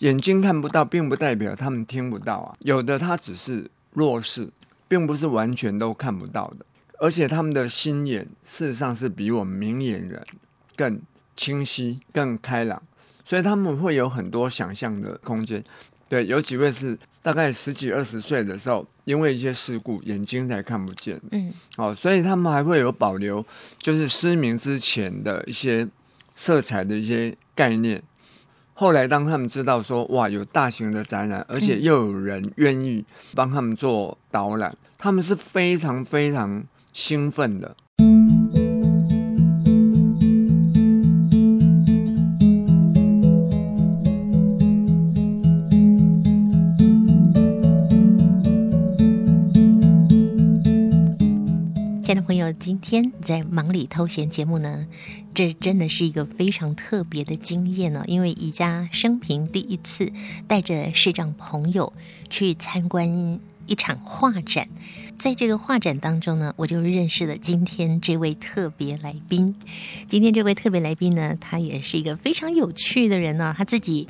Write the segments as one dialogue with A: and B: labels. A: 眼睛看不到，并不代表他们听不到啊。有的他只是弱视，并不是完全都看不到的。而且他们的心眼事实上是比我们明眼人更清晰、更开朗，所以他们会有很多想象的空间。对，有几位是大概十几二十岁的时候，因为一些事故，眼睛才看不见
B: 嗯，
A: 哦，所以他们还会有保留，就是失明之前的一些色彩的一些概念。后来当他们知道说哇有大型的展览，而且又有人愿意帮他们做导览，他们是非常非常兴奋的。
B: 亲爱的朋友，今天在忙里偷闲节目呢，这真的是一个非常特别的经验呢、因为宜家生平第一次带着视障朋友去参观一场画展，在这个画展当中呢，我就认识了今天这位特别来宾。今天这位特别来宾呢，他也是一个非常有趣的人呢、哦他自己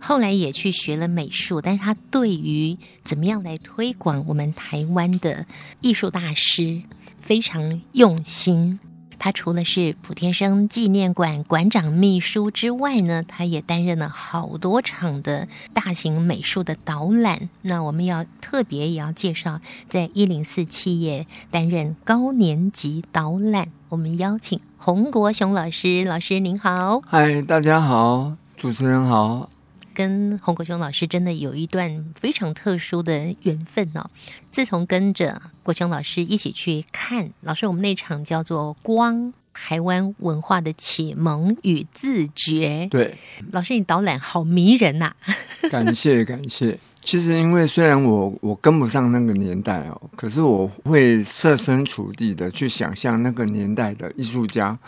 B: 后来也去学了美术，但是他对于怎么样来推广我们台湾的艺术大师非常用心。他除了是普天生纪念馆馆长秘书之外呢，他也担任了好多场的大型美术的导览。那我们要特别也要介绍，在一零四企业担任高年级导览。我们邀请洪国雄老师，老师您好。
A: 嗨，大家好，主持人好。
B: 跟洪国雄老师真的有一段非常特殊的缘分哦。自从跟着国雄老师一起去看，老师我们那场叫做《光台湾文化的启蒙与自觉》，
A: 对，
B: 老师你导览好迷人呐、
A: 感谢感谢。其实，因为虽然我我跟不上那个年代哦，可是我会设身处地的去想象那个年代的艺术家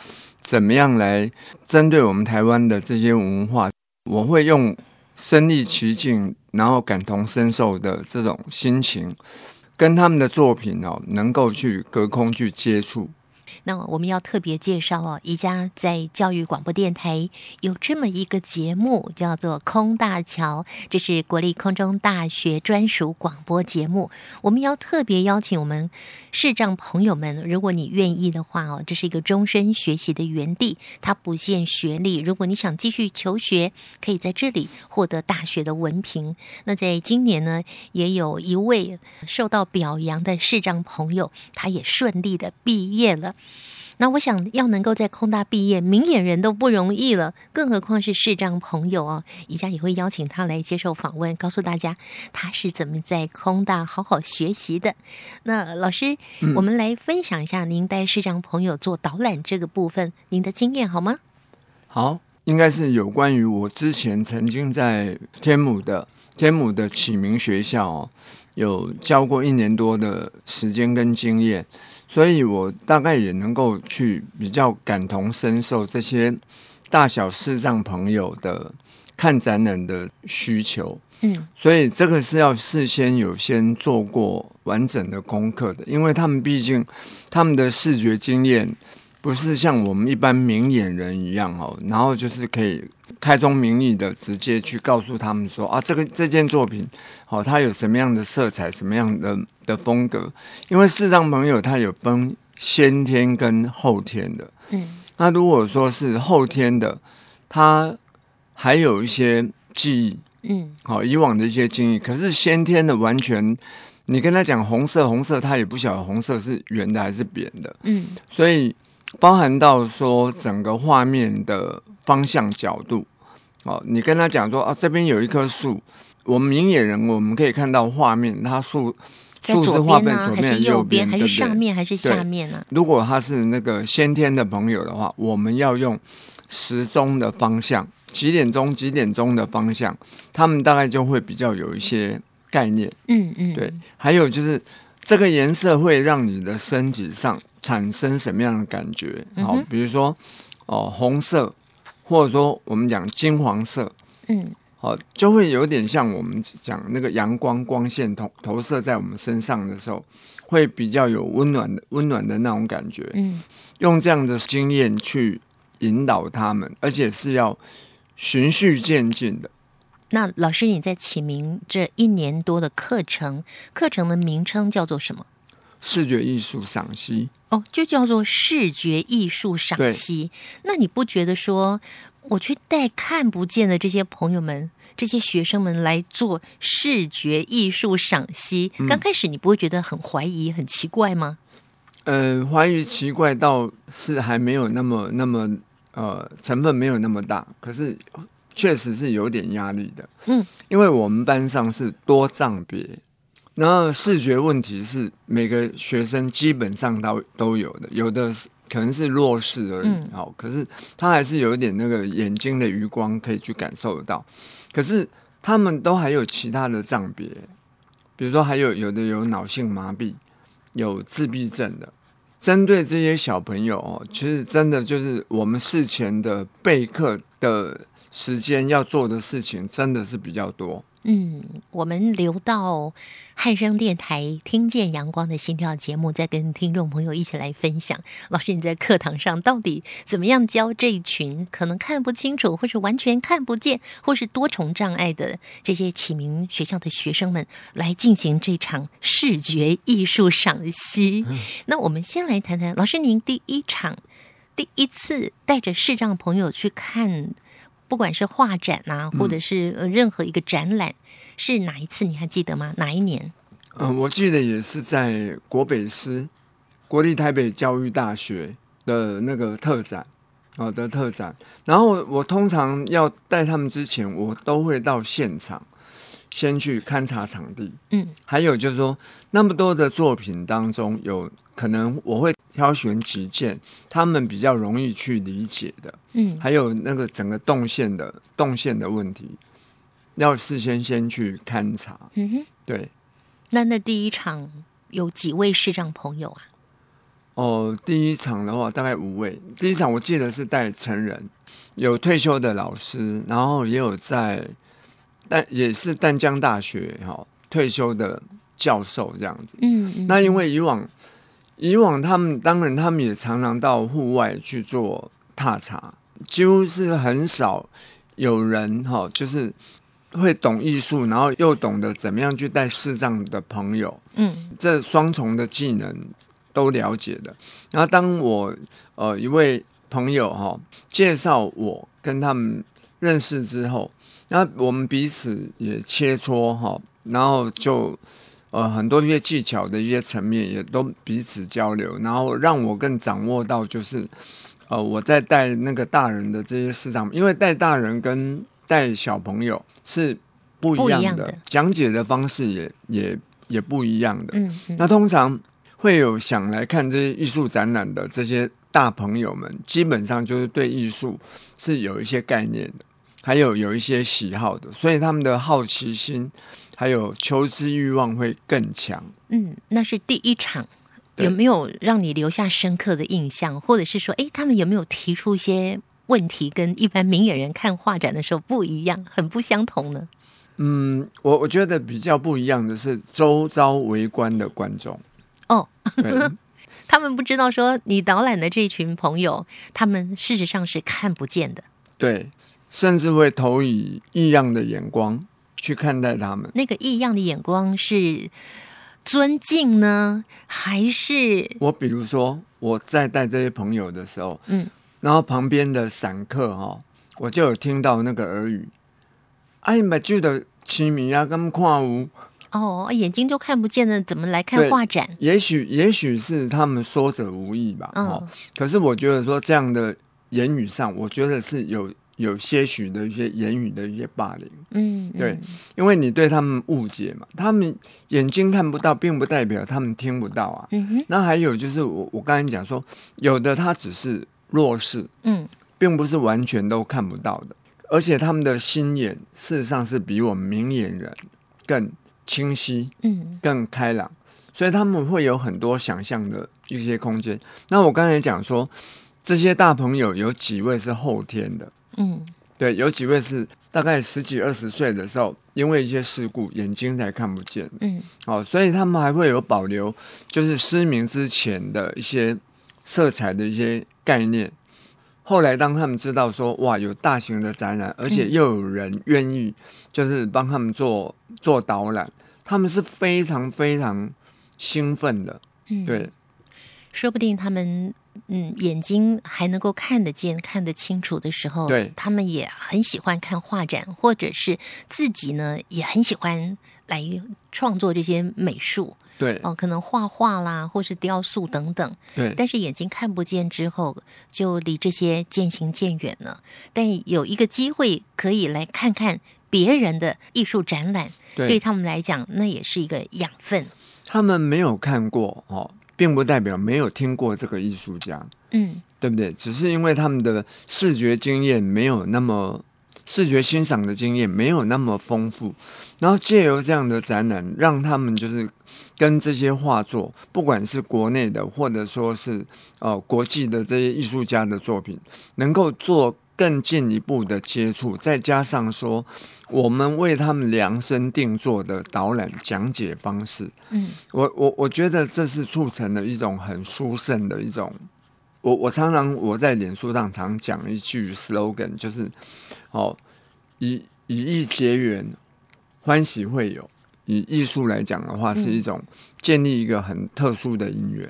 A: 怎么样来针对我们台湾的这些文化，我会用身历其境，然后感同身受的这种心情，跟他们的作品哦，能够去隔空去接触。
B: 那我们要特别介绍哦，宜家在教育广播电台有这么一个节目，叫做《空大桥》，这是国立空中大学专属广播节目。我们要特别邀请我们视障朋友们，如果你愿意的话哦，这是一个终身学习的园地，它不限学历。如果你想继续求学，可以在这里获得大学的文凭。那在今年呢，也有一位受到表扬的视障朋友，他也顺利的毕业了。那我想要能够在空大毕业，明眼人都不容易了，更何况是视障朋友哦。宜家也会邀请他来接受访问，告诉大家他是怎么在空大好好学习的。那老师，
A: 嗯
B: 我们来分享一下您带视障朋友做导览这个部分您的经验好吗？
A: 好，应该是有关于我之前曾经在天母的天母的启明学校、哦、有教过一年多的时间跟经验，所以我大概也能够去比较感同身受这些大小视障朋友的看展览的需求。
B: 嗯，
A: 所以这个是要事先有先做过完整的功课的，因为他们毕竟他们的视觉经验不是像我们一般明眼人一样哦，然后就是可以开宗明义的直接去告诉他们说啊，这个这件作品哦，它有什么样的色彩，什么样的的风格，因为视障朋友他有分先天跟后天的，
B: 嗯，
A: 那如果说是后天的，他还有一些记忆。
B: 嗯，
A: 好、以往的一些经历，可是先天的完全，你跟他讲红色，红色他也不晓得红色是圆的还是扁的，
B: 嗯，
A: 所以包含到说整个画面的方向角度，哦，你跟他讲说啊，这边有一棵树，我们明眼人我们可以看到画面，它树
B: 在
A: 树是
B: 左
A: 画
B: 边
A: 面
B: 呢、
A: 左
B: 还
A: 面
B: 是右
A: 边，
B: 还
A: 对
B: 是
A: 不对
B: 上面，还是下面呢、
A: 如果他是那个先天的朋友的话，我们要用时钟的方向，几点钟几点钟的方向，他们大概就会比较有一些概念。
B: 嗯嗯，
A: 对，还有就是这个颜色会让你的身体上产生什么样的感觉？好、比如说哦、红色，或者说我们讲金黄色，
B: 嗯
A: 哦，就会有点像我们讲那个阳光光线投投射在我们身上的时候，会比较有温暖的温暖的那种感觉。
B: 嗯
A: 用这样的经验去引导他们，而且是要循序渐进的。
B: 那老师你在启明这一年多的课程，课程的名称叫做什么？
A: 视觉艺术赏析。
B: 哦，就叫做视觉艺术赏析。那你不觉得说，我去带看不见的这些朋友们、这些学生们来做视觉艺术赏析，刚开始你不会觉得很怀疑、很奇怪吗？
A: 呃，怀疑奇怪倒是还没有那么那么呃成分没有那么大，可是确实是有点压力的。
B: 嗯，
A: 因为我们班上是多障别，然后视觉问题是每个学生基本上都都有的，有的是可能是弱视而已，
B: 嗯
A: 好、可是他还是有一点那个眼睛的余光可以去感受得到，可是他们都还有其他的障别，比如说还有有的有脑性麻痹，有自闭症的。针对这些小朋友哦，其实真的就是我们事前的备课的时间要做的事情真的是比较多。
B: 嗯，我们留到汉声电台听见阳光的心跳节目，再跟听众朋友一起来分享。老师，你在课堂上到底怎么样教这一群可能看不清楚，或是完全看不见，或是多重障碍的这些启明学校的学生们，来进行这场视觉艺术赏析？那我们先来谈谈，老师您第一场、第一次带着视障朋友去看。不管是画展啊，或者是呃任何一个展览，是哪一次？你还记得吗？哪一年？
A: 嗯、我记得也是在国北师国立台北教育大学的那个特展哦的特展。然后我通常要带他们之前，我都会到现场先去勘察场地。
B: 嗯，
A: 还有就是说，那么多的作品当中，有可能我会挑选几件他们比较容易去理解的，
B: 嗯
A: 还有那个整个动线的动线的问题，要事先先去勘察。
B: 嗯哼。
A: 对，
B: 那那第一场有几位视障朋友啊？
A: 哦，第一场的话大概五位，第一场我记得是带成人，有退休的老师，然后也有在，但也是淡江大学哈、哦、退休的教授这样子。
B: 嗯嗯
A: 那因为以往以往他们当然他们也常常到户外去做踏查，几乎是很少有人哈、就是会懂艺术，然后又懂得怎么样去带视障的朋友，
B: 嗯
A: 这双重的技能都了解的。然后当我呃一位朋友哈、介绍我跟他们认识之后，那我们彼此也切磋哈、然后就呃很多一些技巧的一些层面也都彼此交流，然后让我更掌握到就是呃我在带那个大人的这些市场，因为带大人跟带小朋友是不一
B: 不一
A: 样
B: 样
A: 的，
B: 的
A: 讲解的方式也也也不一样的。
B: 嗯嗯
A: 那通常会有想来看这些艺术展览的这些大朋友们，基本上就是对艺术是有一些概念的，还有有一些喜好的，所以他们的好奇心还有求知欲望会更强。
B: 嗯，那是第一场。
A: 对
B: 有没有让你留下深刻的印象，或者是说，诶，他们有没有提出一些问题，跟一般明眼人看画展的时候不一样，很不相同呢？
A: 嗯，我我觉得比较不一样的是周遭围观的观众。
B: 哦，
A: 对，
B: 他们不知道说，你导览的这群朋友，他们事实上是看不见的。
A: 对，甚至会投以异样的眼光去看待他们。
B: 那个异样的眼光是尊敬呢，还是
A: 我比如说我在带这些朋友的时候，
B: 嗯
A: 然后旁边的散客哈、哦，我就有听到那个耳语，啊，你目睭的痴迷啊，咁看有，
B: 哦眼睛就看不见了，怎么来看
A: 对
B: 画展？
A: 也许也许是他们说者无意吧，
B: 嗯
A: 哦，可是我觉得说这样的言语上，我觉得是有有些许的一些言语的一些霸凌，
B: 嗯，
A: 对
B: 嗯，
A: 因为你对他们误解嘛，他们眼睛看不到，并不代表他们听不到啊。
B: 嗯哼，
A: 那还有就是我我刚才讲说，有的他只是弱势，
B: 嗯
A: 并不是完全都看不到的，而且他们的心眼事实上是比我们明眼人更清晰、
B: 嗯
A: 更开朗，所以他们会有很多想象的一些空间。那我刚才讲说，这些大朋友有几位是后天的，
B: 嗯
A: 对，有几位是大概十几二十岁的时候，因为一些事故眼睛才看不见，
B: 嗯
A: 哦，所以他们还会有保留，就是失明之前的一些色彩的一些概念。后来当他们知道说哇有大型的展览，而且
B: 嗯
A: 又有人愿意就是帮他们做做导览，他们是非常非常兴奋的。
B: 嗯，
A: 对，
B: 说不定他们嗯眼睛还能够看得见、看得清楚的时候，
A: 对
B: 他们也很喜欢看画展，或者是自己呢也很喜欢来创作这些美术
A: 对，
B: 哦，可能画画啦，或是雕塑等等。
A: 对，
B: 但是眼睛看不见之后，就离这些渐行渐远了。但有一个机会可以来看看别人的艺术展览，对
A: 对，
B: 他们来讲，那也是一个养分。
A: 他们没有看过哦，并不代表没有听过这个艺术家，
B: 嗯
A: 对不对？只是因为他们的视觉经验没有那么。视觉欣赏的经验没有那么丰富，然后借由这样的展览，让他们就是跟这些画作，不管是国内的，或者说是呃国际的这些艺术家的作品，能够做更进一步的接触，再加上说我们为他们量身定做的导览讲解方式，
B: 嗯
A: 我我我觉得这是促成了一种很殊胜的一种。我我常常我在脸书上常讲一句 slogan，就是哦，以以艺结缘，欢喜会有。以艺术来讲的话，
B: 嗯
A: 是一种建立一个很特殊的因缘。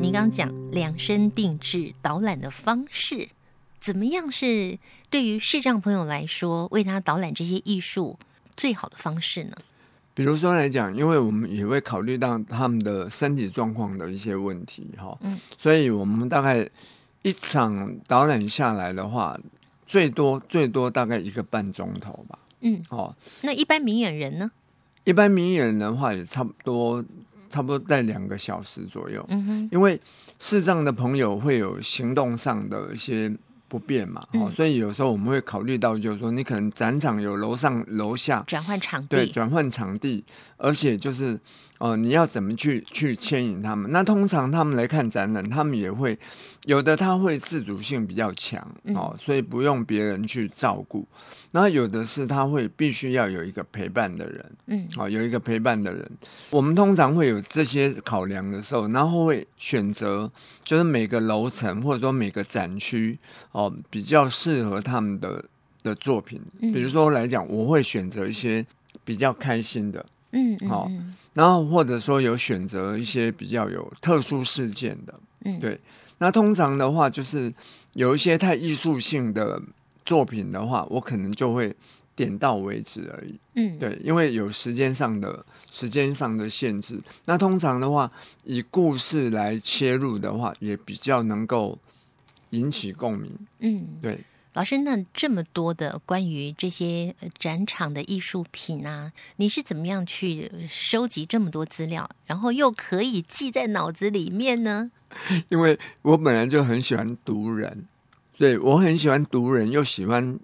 B: 您刚讲量身定制导览的方式，怎么样是对于视障朋友来说，为他导览这些艺术最好的方式呢？
A: 比如说来讲，因为我们也会考虑到他们的身体状况的一些问题哈，
B: 嗯
A: 所以我们大概一场导览下来的话，最多最多大概一个半钟头吧，
B: 嗯，
A: 哦，
B: 那一般明眼人呢？
A: 一般明眼人的话也差不多，差不多在两个小时左右，
B: 嗯哼，
A: 因为视障的朋友会有行动上的一些不便嘛，哦，
B: 嗯
A: 所以有时候我们会考虑到，就是说你可能展场有楼上楼下，
B: 转换场
A: 对，
B: 地，
A: 转换场地，而且就是呃，你要怎么去去牵引他们？那通常他们来看展览，他们也会有的，他会自主性比较强哦，所以不用别人去照顾。那有的是他会必须要有一个陪伴的人
B: 嗯
A: 哦，有一个陪伴的人。我们通常会有这些考量的时候，然后会选择就是每个楼层或者说每个展区哦，比较适合他们的的作品。
B: 嗯
A: 比如说来讲，我会选择一些比较开心的，
B: 嗯嗯，
A: 好
B: 嗯
A: 然后或者说有选择一些比较有特殊事件的。
B: 嗯
A: 对那通常的话，就是有一些太艺术性的作品的话，我可能就会点到为止而已。
B: 嗯，
A: 对，因为有时间上的时间上的限制。那通常的话，以故事来切入的话，也比较能够引起共鸣。
B: 嗯，
A: 对，
B: 老师，那这么多的关于这些呃展场的艺术品啊，你是怎么样去收集这么多资料，然后又可以记在脑子里面呢？
A: 因为我本来就很喜欢读人，对我很喜欢读人，又喜欢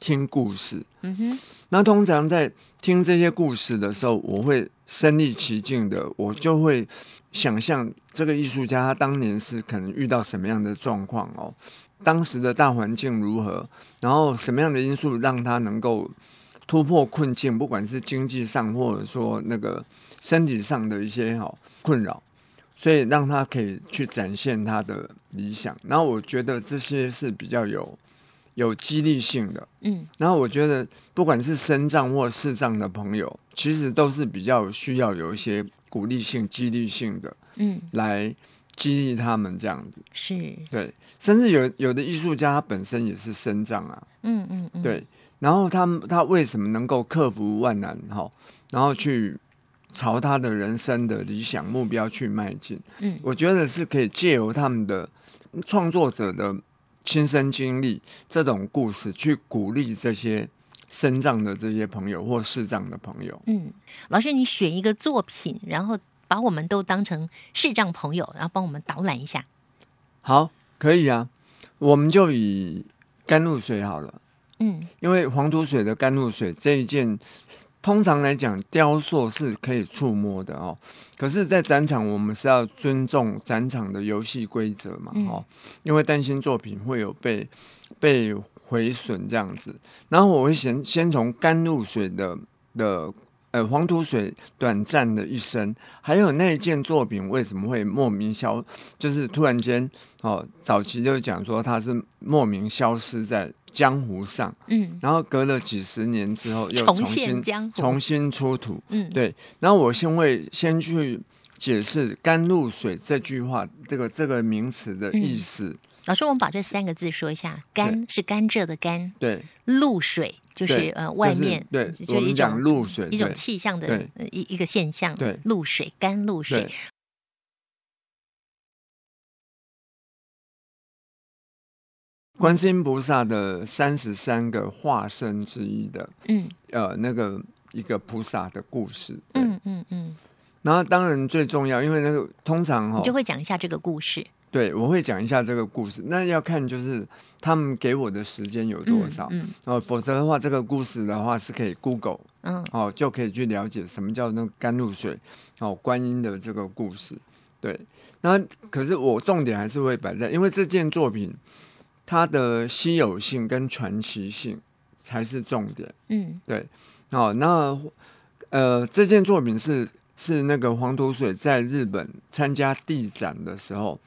A: 听故事。
B: 嗯哼，
A: 那通常在听这些故事的时候，我会身临其境的，我就会想象这个艺术家他当年是可能遇到什么样的状况哦，当时的大环境如何，然后什么样的因素让他能够突破困境，不管是经济上或者说那个身体上的一些哦困扰，所以让他可以去展现他的理想。然后我觉得这些是比较有有激励性的。
B: 嗯
A: 然后我觉得，不管是身障或视障的朋友，其实都是比较需要有一些鼓励性、激励性的
B: 嗯，
A: 来激励他们这样子。
B: 是，
A: 对，甚至有有的艺术家他本身也是身障啊，
B: 嗯嗯嗯，，
A: 对。然后他们他为什么能够克服万难哈，然后去朝他的人生的理想目标去迈进？
B: 嗯
A: 我觉得是可以借由他们的创作者的亲身经历这种故事，去鼓励这些身障的这些朋友或视障的朋友。
B: 嗯，老师，你选一个作品，然后把我们都当成视障朋友，然后帮我们导览一下。
A: 好，可以啊，我们就以甘露水好了，
B: 嗯
A: 因为黄土水的甘露水这一件，通常来讲雕塑是可以触摸的哦，可是，在展场我们是要尊重展场的游戏规则嘛，
B: 嗯
A: 哦，因为担心作品会有被被毁损这样子，然后我会先先从甘露水的的。呃，黄土水短暂的一生，还有那一件作品为什么会莫名消，就是突然间哦，早期就讲说它是莫名消失在江湖上，
B: 嗯，
A: 然后隔了几十年之后又
B: 重
A: 重
B: 现
A: 新
B: 江湖。
A: 重新出土。
B: 嗯，
A: 对，然后我先会先去解释“甘露水”这句话，这个这个名词的
B: 嗯
A: 意思。
B: 老师，我们把这三个字说一下：甘是甘蔗的甘，
A: 对，
B: 露水就是
A: 对
B: 呃外面，
A: 就是、对，
B: 就
A: 我
B: 是一
A: 们讲
B: 种
A: 露水，
B: 一种
A: 对
B: 气象的
A: 对
B: 呃一一个现象。
A: 对
B: 露水，甘露水
A: 对。观世音菩萨的三十三个化身之一的，
B: 嗯
A: 呃，那个一个菩萨的故事。对，
B: 嗯嗯嗯，
A: 然后当然最重要，因为那个通常哈、
B: 你就会讲一下这个故事。
A: 对，我会讲一下这个故事。那要看就是他们给我的时间有多
B: 嗯
A: 少、
B: 嗯
A: 哦，否则的话，这个故事的话是可以 Google
B: 嗯
A: 哦，就可以去了解什么叫那个甘露水哦，观音的这个故事。对，那可是我重点还是会摆在，因为这件作品它的稀有性跟传奇性才是重点。
B: 嗯
A: 哦，那呃，这件作品是是那个黄土水在日本参加地展的时候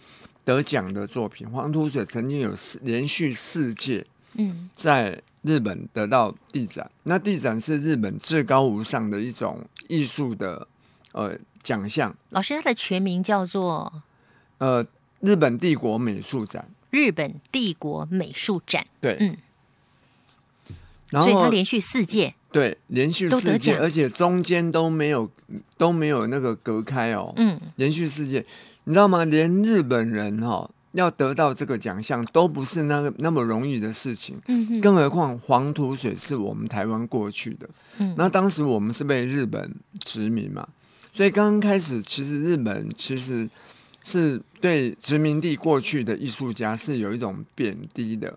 A: 得奖的作品。黄土水曾经有四连续四届
B: 嗯
A: 在日本得到地展，那地展是日本至高无上的一种艺术的呃奖项，
B: 老师，它的全名叫做
A: 呃，日本帝国美术展。
B: 日本帝国美术展，
A: 对，
B: 嗯
A: 然
B: 所以它
A: 后
B: 连续四届。
A: 对连续
B: 都得
A: 四届，
B: 奖
A: 而且中间都没有都没有那个隔开哦，
B: 嗯
A: 连续事件，你知道吗？连日本人哈、哦、要得到这个奖项都不是那个那么容易的事情，
B: 嗯嗯
A: 更何况黄土水是我们台湾过去的，
B: 嗯
A: 那当时我们是被日本殖民嘛，所以刚刚开始其实日本其实是对殖民地过去的艺术家是有一种贬低的，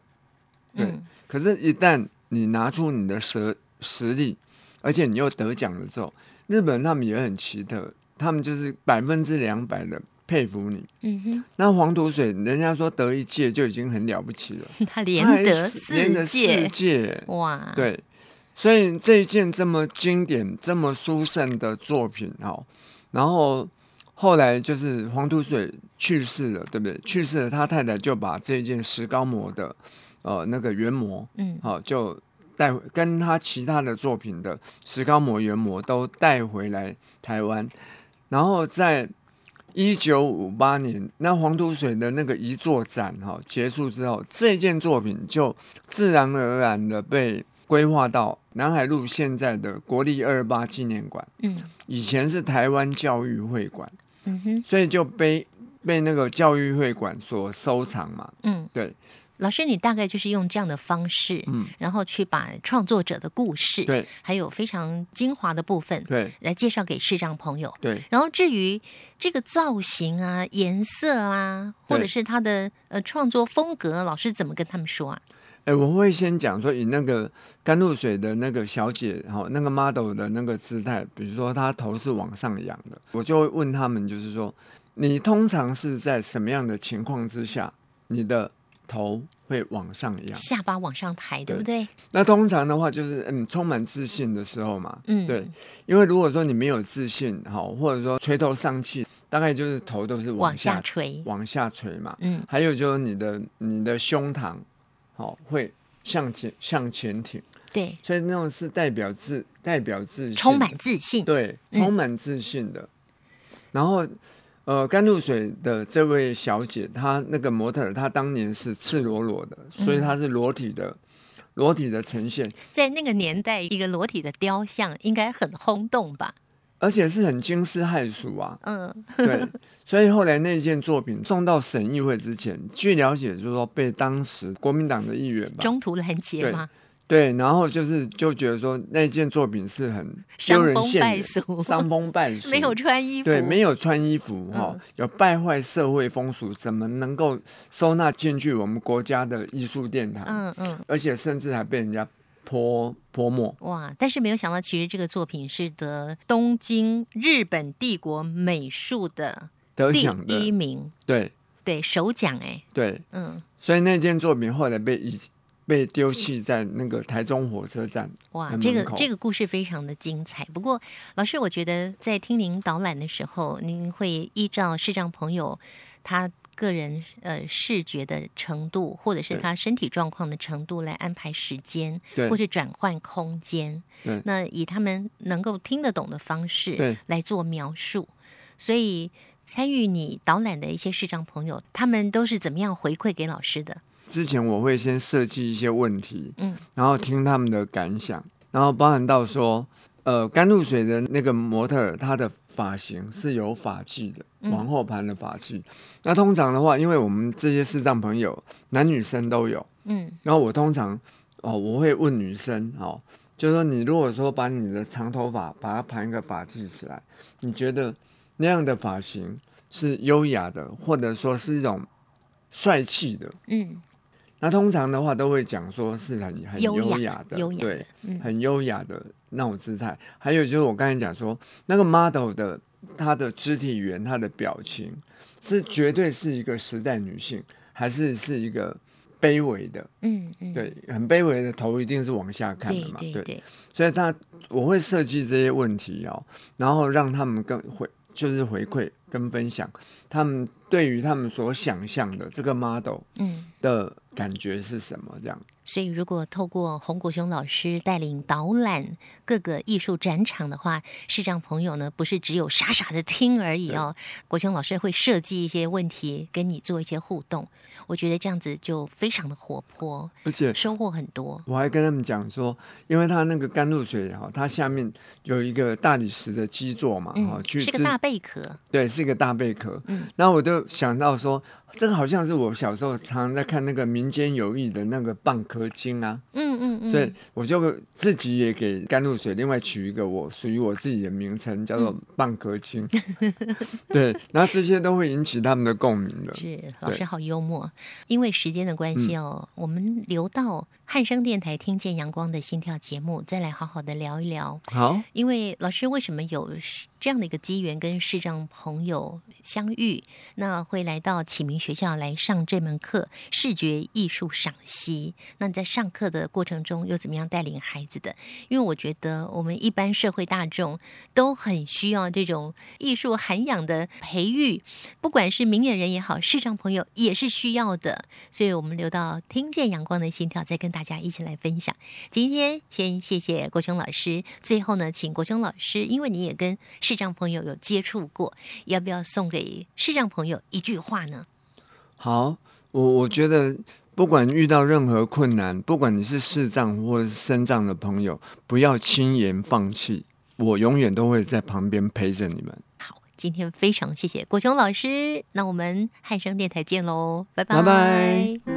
A: 对，
B: 嗯
A: 可是，一旦你拿出你的实实力，而且你又得奖了之后，日本人他们也很奇特，他们就是百分之两百的佩服你。
B: 嗯哼，
A: 那黄土水，人家说得一届就已经很了不起了，
B: 他连
A: 他还
B: 得
A: 是连
B: 四
A: 得四
B: 届，
A: 届，
B: 哇！，
A: 对。所以这一件这么经典、这么殊胜的作品哦，然后后来就是黄土水去世了，对不对？去世了，他太太就把这件石膏模的呃那个原模，
B: 嗯
A: 好、就带回跟他其他的作品的石膏模、原模都带回来台湾，然后在一九五八年，那黄土水的那个遗作展哈、结束之后，这件作品就自然而然的被规划到南海路现在的国立二八纪念馆，
B: 嗯
A: 以前是台湾教育会馆，
B: 嗯哼
A: 所以就被被那个教育会馆所收藏嘛。
B: 嗯，
A: 对。
B: 老师，你大概就是用这样的方式，
A: 嗯，
B: 然后去把创作者的故事，
A: 对
B: 还有非常精华的部分，
A: 对
B: 来介绍给视障朋友。
A: 对，
B: 然后至于这个造型啊、颜色啊，或者
A: 对
B: 是他的呃创作风格，老师怎么跟他们说啊？
A: 哎、我会先讲说，以那个甘露水的那个小姐，哈、那个 model 的那个姿态，比如说她头是往上仰的，我就会问他们，就是说，你通常是在什么样的情况之下，你的头会往上仰？
B: 下巴往上抬，对不对？
A: 那通常的话，就是嗯，充满自信的时候嘛，
B: 嗯，
A: 对，因为如果说你没有自信，哈、或者说垂头丧气，大概就是头都是
B: 往
A: 往
B: 下
A: 下
B: 垂，
A: 往下垂嘛，
B: 嗯
A: 还有就是你的你的胸膛，好、会向前向前挺，
B: 对，
A: 所以那种是代表自代表自信，
B: 充满自信，
A: 对，
B: 嗯
A: 充满自信的。然后，呃，甘露水的这位小姐，她那个模特儿，她当年是赤裸裸的，所
B: 嗯
A: 以她是裸体的，裸体的呈现，
B: 在那个年代，一个裸体的雕像应该很轰动吧？
A: 而且是很惊世骇俗 啊。
B: 嗯
A: 对，所以后来那件作品送到省议会之前，据了解就是说被当时国民党的议员吧，
B: 中途拦截
A: 对
B: 吗？
A: 对，然后就是就觉得说那件作品是很
B: 伤
A: 丢人
B: 风
A: 现
B: 败
A: 眼
B: 俗
A: 伤风败俗，
B: 没有穿衣服，
A: 对，没有穿衣服哈、
B: 嗯
A: 有败坏社会风俗，怎么能够收纳进去我们国家的艺术殿堂？
B: 嗯嗯，
A: 而且甚至还被人家泼泼墨。
B: 哇！但是没有想到，其实这个作品是得东京日本帝国美术的
A: 得
B: 第
A: 奖
B: 一
A: 的，
B: 名，
A: 对
B: 对，首奖哎、
A: 对，
B: 嗯，
A: 所以那件作品后来被遗被丢弃在那个台中火车站。
B: 哇，
A: 在
B: 这个
A: 门口
B: 这个故事非常的精彩。不过，老师，我觉得在听您导览的时候，您会依照视障朋友他个人呃视觉的程度，或者是
A: 对
B: 他身体状况的程度来安排时间，
A: 对
B: 或是转换空间
A: 对。
B: 那以他们能够听得懂的方式
A: 对
B: 来做描述，所以。参与你导览的一些视障朋友，他们都是怎么样回馈给老师的？
A: 之前我会先设计一些问题，
B: 嗯，
A: 然后听他们的感想，然后包含到说，呃，甘露水的那个模特儿，她的发型是有发髻的，往后盘的发髻。那通常的话，因为我们这些视障朋友，男女生都有，
B: 嗯
A: 然后我通常哦，我会问女生哦，就说你如果说把你的长头发把它盘一个发髻起来，你觉得那样的发型是优雅的，或者说是一种帅气的？
B: 嗯，
A: 那通常的话都会讲说是很很
B: 优雅
A: 雅的，
B: 优雅的
A: 对，，
B: 嗯
A: 很优雅的那种姿态。还有就是我刚才讲说，那个 model 的她的肢体语言、她的表情，是绝对是一个时代女性，还是是一个卑微的？
B: 嗯嗯，
A: 对，很卑微的头一定是往下看的嘛，
B: 对对，
A: 所以他我会设计这些问题哦，然后让他们更回就是回馈跟分享，他们对于他们所想象的这个 model
B: 嗯，
A: 的感觉是什么？这样
B: 所以如果透过洪国雄老师带领导览各个艺术展场的话，视障朋友呢不是只有傻傻的听而已哦，国雄老师会设计一些问题跟你做一些互动，我觉得这样子就非常的活泼，
A: 而且
B: 收获很多。
A: 我还跟他们讲说，因为他那个甘露水哈、它下面有一个大理石的基座嘛，哈、
B: 嗯，
A: 啊去
B: 是个
A: 制
B: 大贝壳，
A: 对，是一个大贝壳。
B: 嗯
A: 然后我就想到说，这个好像是我小时候常常在看那个民间游艺的那个蚌壳精啊，
B: 嗯嗯嗯，
A: 所以我就自己也给甘露水另外取一个我属于我自己的名称，叫
B: 嗯
A: 做蚌壳精。 对，然后这些都会引起他们的共鸣的。
B: 是老师好幽默。因为时间的关系
A: 嗯
B: 哦，我们留到汉声电台听见阳光的心跳节目，再来好好的聊一聊
A: 好，
B: 因为老师为什么有是这样的一个机缘跟视障朋友相遇？那会来到启明学校来上这门课——视觉艺术赏析。那你在上课的过程中又怎么样带领孩子的？因为我觉得我们一般社会大众都很需要这种艺术涵养的培育，不管是明眼人也好，视障朋友也是需要的。所以我们留到听见阳光的心跳，再跟大家一起来分享。今天先谢谢国雄老师，最后呢，请国雄老师，因为你也跟视障朋友有接触过，要不要送给视障朋友一句话呢？
A: 好，我我觉得不管遇到任何困难，不管你是视障或者是身障的朋友，不要轻言放弃，我永远都会在旁边陪着你们。
B: 好，今天非常谢谢国雄老师，那我们汉声电台见喽，拜
A: 拜拜